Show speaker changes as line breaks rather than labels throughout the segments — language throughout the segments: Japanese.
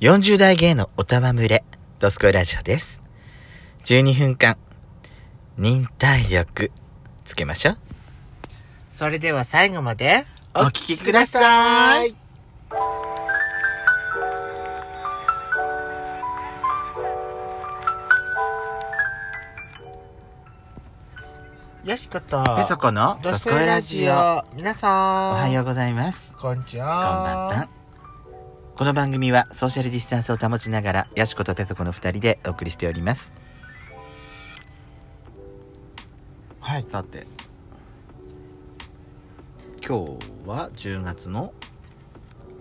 40代芸のおたまむれ、ドスコイラジオです。12分間、忍耐力、つけましょう。
それでは最後まで、
お聞きください。
よしこと、
ペソコのドスコイラジオ。
皆さ
ん、おはようございます。
こんにち
は。こんばんは。この番組はソーシャルディスタンスを保ちながら、ヤシコとペソコの二人でお送りしております。
はい。
さて、今日は10月の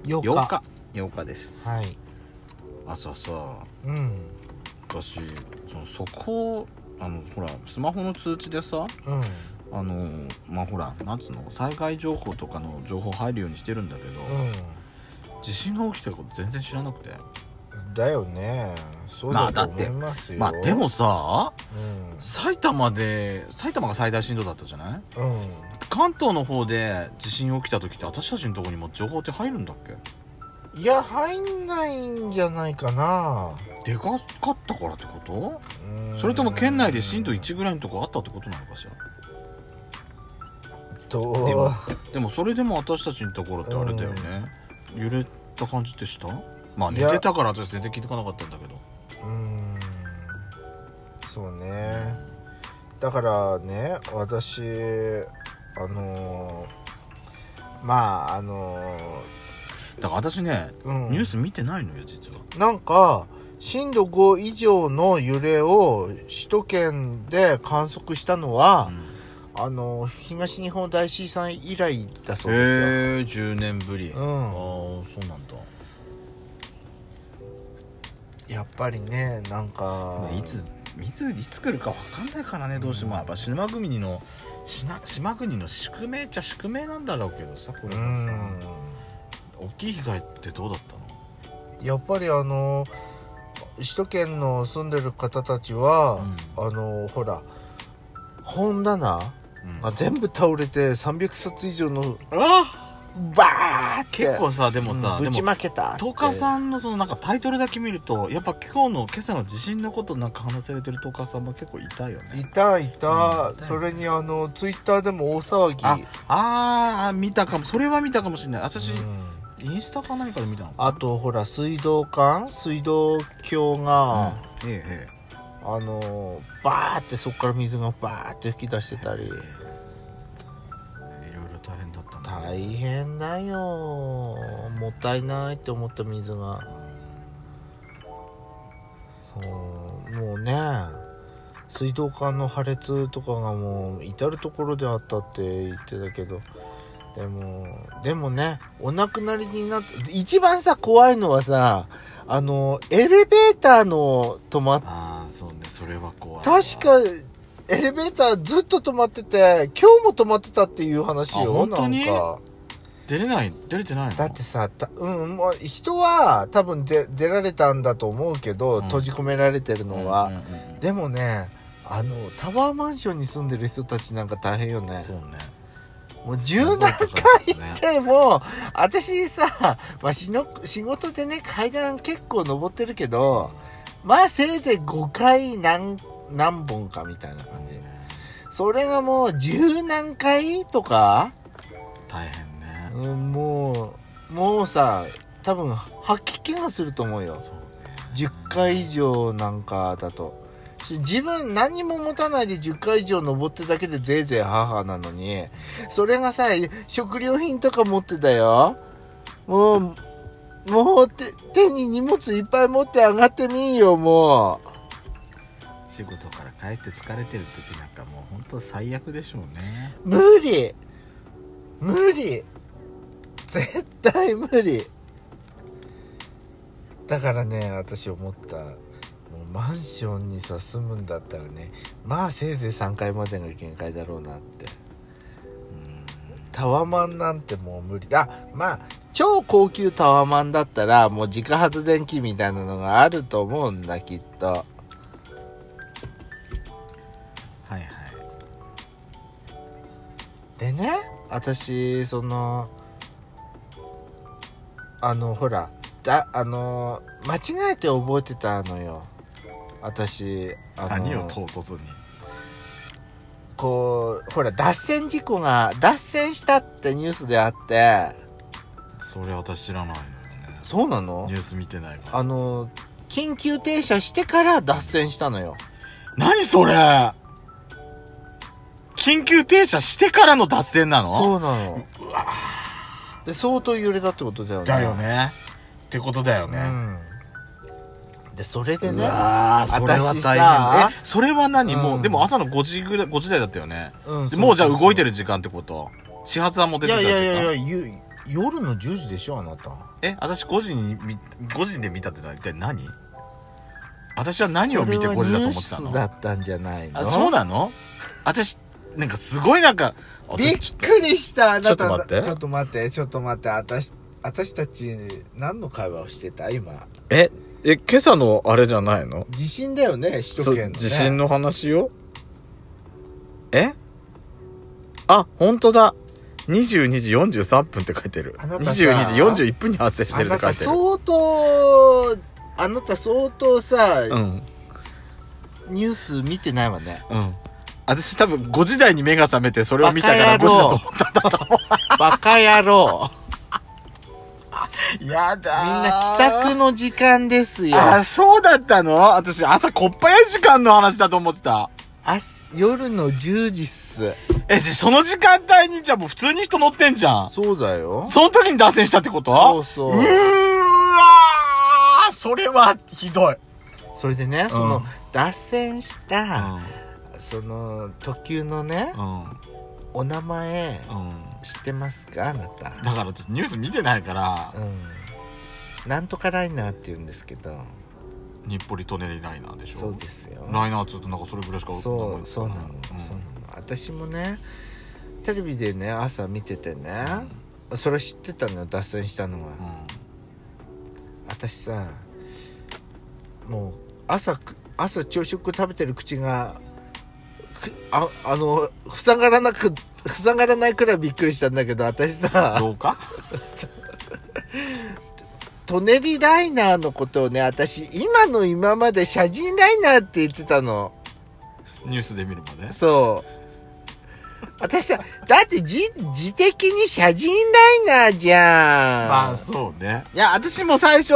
8日。8日。
8日です。
はい。
朝さ、
うん。
私、その速報、あのほらスマホの通知でさ、
うん、
あのまあほらなんつうの災害情報とかの情報入るようにしてるんだけど、、
うん
地震が起きてること全然知らなくて
だよねそうだと思いますよ、
まあ、まあ、でもさ、
うん、
埼玉で埼玉が最大震度だったじゃない、
うん、
関東の方で地震起きた時って私たちのとこにも情報って入るんだっ
けいや入んないんじゃないかな
でかかったからってことそれとも県内で震度1ぐらいのとこあったってことなのかしら
と
でもでもそれでも私たちのところってあれだよね、揺れた感じってしたまあ寝てたから私全然気づかなかったんだけど
うんそうねだからね私あのー、まああの
ー、だから私ね、うん、ニュース見てないのよ実は
なんか震度5以上の揺れを首都圏で観測したのは、うん、あの東日本大震災以来だそうですよ
へえ10年ぶり、
うん、
ああそうなんだ
やっぱりねなんか
いついついつ来るか分かんないからねどうしても、うん、やっぱ島国の島国の宿命っちゃ宿命なんだろうけどさこれがさ、大きい被害ってどうだった
のやっぱりあの首都圏の住んでる方たちは、うん、あのほら本棚が全部倒れて300冊以上の、
あ
バーって
結構さでもさ、
うん、ぶちまけた
十日さんのそのなんかタイトルだけ見るとやっぱ今日の今朝の地震のことなんか話されてる十日さんも結構いたよね
いたいた、うん、それにあのツイッターでも大騒ぎ
ああ見たかもそれは見たかもしれない私、インスタか何かで見たの
あとほら水道管水道橋が、
うん、ええ
あのバーってそこから水がバーって噴き出してたり、ええ、いろ
いろ大変だった
ね大変だよもったいないって思った水がそうもうね水道管の破裂とかがもう至る所であったって言ってたけどでも、でもね、お亡くなりになって、一番さ、怖いのはさ、あの、エレベーターの止まっ、
ああ、そうね、それは怖い。
確か、エレベーターずっと止まってて、今日も止まってたっていう話よ、
本当に出れない、出れてないの
だってさ、うん、もう人は多分で出られたんだと思うけど、うん、閉じ込められてるのは。でもね、あの、タワーマンションに住んでる人たちなんか大変よね。
そうね。
もう十何回行っても、私さ、まあ、しの仕事でね、階段結構登ってるけど、まあせいぜい5回何、何本かみたいな感じ。それがもう十何回とか
大変ね、
うん。もう、もうさ、多分吐き気がすると思うよ。
そうね、
10回以上なんかだと。自分何も持たないで10回以上登ってだけでぜいぜい母なのに、それがさ、食料品とか持ってたよ。もう、もう手に荷物いっぱい持って上がってみんよ、もう。
仕事から帰って疲れてる時なんかもう本当最悪でしょうね。
無理無理絶対無理だからね、私思った。マンションにさ住むんだったらねまあせいぜい3階までが限界だろうなってタワマンなんてもう無理だまあ超高級タワマンだったらもう自家発電機みたいなのがあると思うんだきっと
はいはい
でね私そのあのほらだあのー間違えて覚えてたのよ私あのー
何を唐突に
こうほら脱線事故が脱線したってニュースであって
それ私知らないのよね
そうなの
ニュース見てないから
あのー緊急停車してから脱線したのよ
何それ緊急停車してからの脱線なの
そうなので相当揺れたってことだよね
だよねってことだよ
う
ね、
んでそれで
う
ね
わーそれは
私
大変
さ
えそれは何、
うん
もうでも朝の5時ぐらい5時台だったよね、
うん
でもうじゃあ動いて
る
る時間ってこと始発はもう出
い
てた
や
って
い
こと
や
い
いやいやゆ夜の10時でしょあなた
え私5時に見5時で見たってのは一体何私は何を見て5時だと思ってた
それはニュー
の
スだったんじゃないの
あそうなの私なんかすごいなんか
びっ
私ちょっと
くりしたあなた
ちょっと待って
ちょっと待ってちょっと待って私私たち何の会話をしてた今
ええ今朝のあれじゃないの
地震だよね首都
そう
圏の、ね、
地震の話よえあ本当だ22時43分って書いてる
あなたさ
22時41分に発生して
あ
るっ
な
て書
た
いてる
相当あなた相当さ、
うん
ニュース見てないわね
うん私多分5時台に目が覚めてそれを見たから5
バカ野
時だ
郎
と思ったんだと思
バカ野 郎
うやだ
みんな帰宅の時間ですよ
あそうだったの私朝こっぱや時間の話だと思ってた
明日夜の10時っす
えじその時間帯にじゃあもう普通に人乗ってんじゃん
そうだよ
その時に脱線したってこと
そうそう
うーわーそれはひどい、
それでね、その脱線した、
う
その特急のね、
ん
お名前
うん、
知ってますかあなた
だから私ニュース見てないから
うんなんとかライナーって言うんですけど
日暮里・舎人ライナーでしょ
そうですよ
ライナーっつうとなんかそれぐらいしか
そうそうなの、
うん
そうなの私もねテレビでね朝見ててね、それ知ってたのよ脱線したのは、
うんうん
私さもう朝く朝朝食食べてる口がくああの塞がらなく塞がらないくらいびっくりしたんだけど私さ
どうか
トネリライナーのことをね私今の今まで写真ライナーって言ってたの
ニュースで見るまで
そう私さだって自自的に写真ライナーじゃん
まあそうねいや私も最初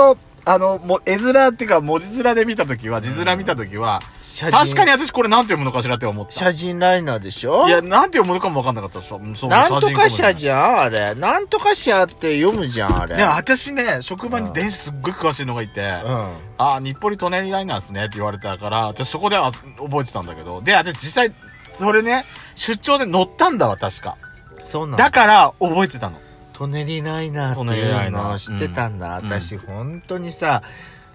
あのもう絵面っていうか文字面で見た時は字面見た時は、
写
確かに私これなんて読むのかしらって思った
写真ライナーでしょ
いやなんて読むのかも分かんなかったでしょそう
なんとか
写
社
真
じゃんあれ。なんとか社って読むじゃんあれ。
いや私ね職場に電子すっごい詳しいのがいて、
うん。
ああ、日暮里・舎人ライナーですねって言われたから、じゃあそこでは覚えてたんだけど、で、あじゃあ実際、それね、出張で乗ったんだわ、確か。
そうなん
だから、覚えてたの。
トネリライナーっ
ト
て
ネリラ
いう
イナ
のを
ー
知ってたんだ。
うん
私、本当にさ、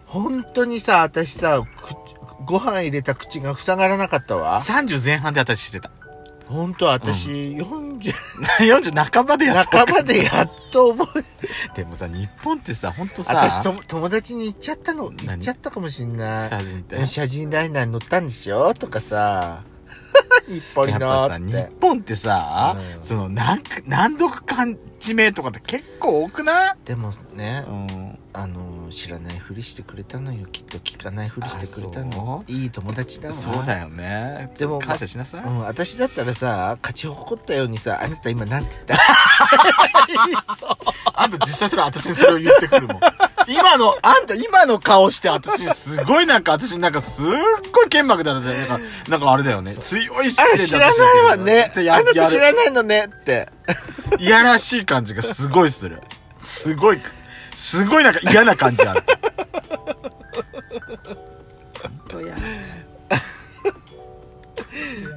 本当にさ、私さ、口ご飯入れた口が塞がらなかったわ。
30前半で私してた。
本当私、40、
40半ばでやった
半。ばでやっと覚え、
でもさ、日本ってさ、ほん とさ、
私とも友達に言っちゃったの、言っちゃったかもしんない。
写真って。
うん写真ライナーに乗ったんでしょとか さ、 日暮
や
里
っぱ
の
さ、
っ
日
て。
本ってさ、
うん
その、なんか難読漢字名とかって結構多くない
でもね、
ん。
あの知らないふりしてくれたのよきっと聞かないふりしてくれた
あ
のいい友達だわ
そうだよね。
でも
感謝しなさい。
うん、私だったらさ勝ち誇ったようにさあなた今なんて 言った
あんた実際それ私にそれを言ってくるもん。今の、あんた今の顔して私すごいなんか私なんかすっごい剣幕だったよ。なんか、なんかあれだよね。強い視
あ
線で私
知らないわね
ってや
あなた知
や
らないのねって
るいやらしい感じがすごいする。すごい、すごいなんか嫌な感じある。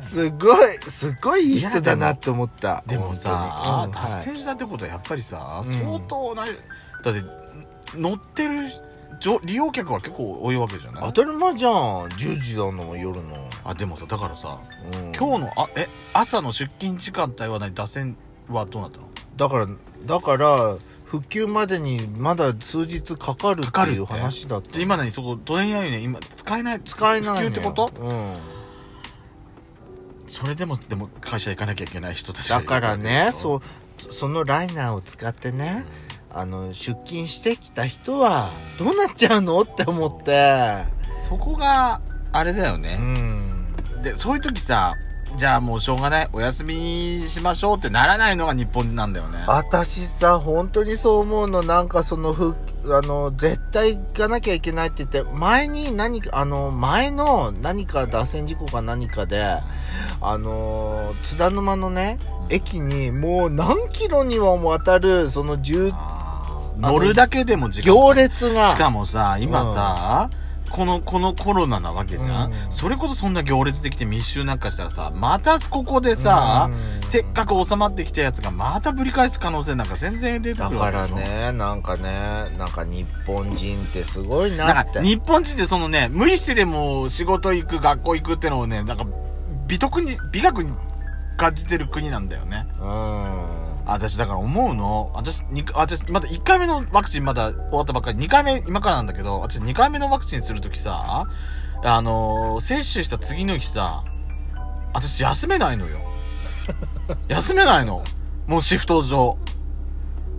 すごいすごいいい人だなって思った
でもさ
本、当にうん
脱線したってことはやっぱりさ、相当な、だって乗ってる乗利用客は結構多いわけじゃな
はい
い
当たり前じゃん10時だの夜の、
あ、でもさ、だからさ、
うん、
今日のあえ朝の出勤時間帯は何打線はどうなったの
だからだから復旧までにまだ数日かかるって
かかるっ
い
て
う話だった
で今何そこどれやね今使えない
使えないの
普
よ
及ってこと
うん
それでもでも会社行かなきゃいけない人たちがい
だ
るわ
か
け
らね
でしょ
そうそのライナーを使ってね、あの出勤してきた人はどうなっちゃうのって思って
そこがあれだよね、
ん
でそういう時さじゃあもうしょうがないお休みにしましょうってならないのが日本なんだよね
私さ本当にそう思うのなんかそのふあの絶対行かなきゃいけないって言って前に何かあの前の何か脱線事故か何かであの津田沼のね駅にもう何キロにもわたるその渋
あー乗るだけでも時間
行列が
しかもさ今さ、このこのコロナなわけじゃん、
うん
それこそそんな行列できて密集なんかしたらさまたここでさ、
うん
せっかく収まってきたやつがまたぶり返す可能性なんか全然出て
だ
くるわ
か
けで
ら
しょ
ねなんかねなんか日本人ってすごいな
な
っ
ん
て
か日本人ってそのね無理してでも仕事行く学校行くってのをねなんか美徳に美学に感じてる国なんだよね
うん
私だから思うの私に私まだ1回目のワクチンまだ終わったばっかり2回目今からなんだけど私2回目のワクチンするときさあのー接種した次の日さ私休めないの よ休めないのもうシフト上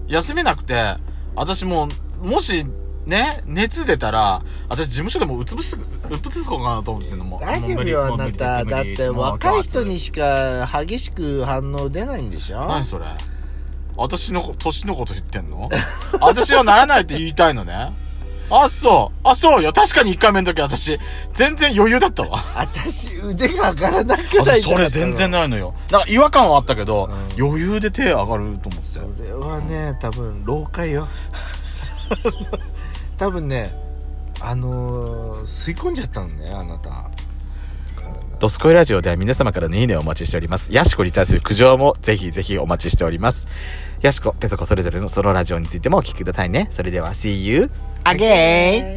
休めなくて私もうもしね熱出たら私事務所でもうつぶすうつぶす子かなと思ってんのもう
大
もう
丈
無
夫
理
よ
も
あ
う無
な
理
ただっ
無理
て
もう
若い人
今日は
にしか激しく反応出ないんでしょ
何それ私のこ年のこと言ってんの 私はならないって言いたいのねあそうあそうよ確かに1回目の時私全然余裕だった わ
私腕が上がらなくらい
私それ全然
な
ないのよなんか違和感はあったけど、
う
余裕で手上がると思って
それはね多分老化 よ多分ねあのー、吸い込んじゃったのねあなた
ドスコイラジオでは皆様からのいいねをお待ちしております。ヤシコに対する苦情もぜひぜひお待ちしております。ヤシコ、ペソコそれぞれのソロラジオについてもお聞きくださいね。それでは、See you again!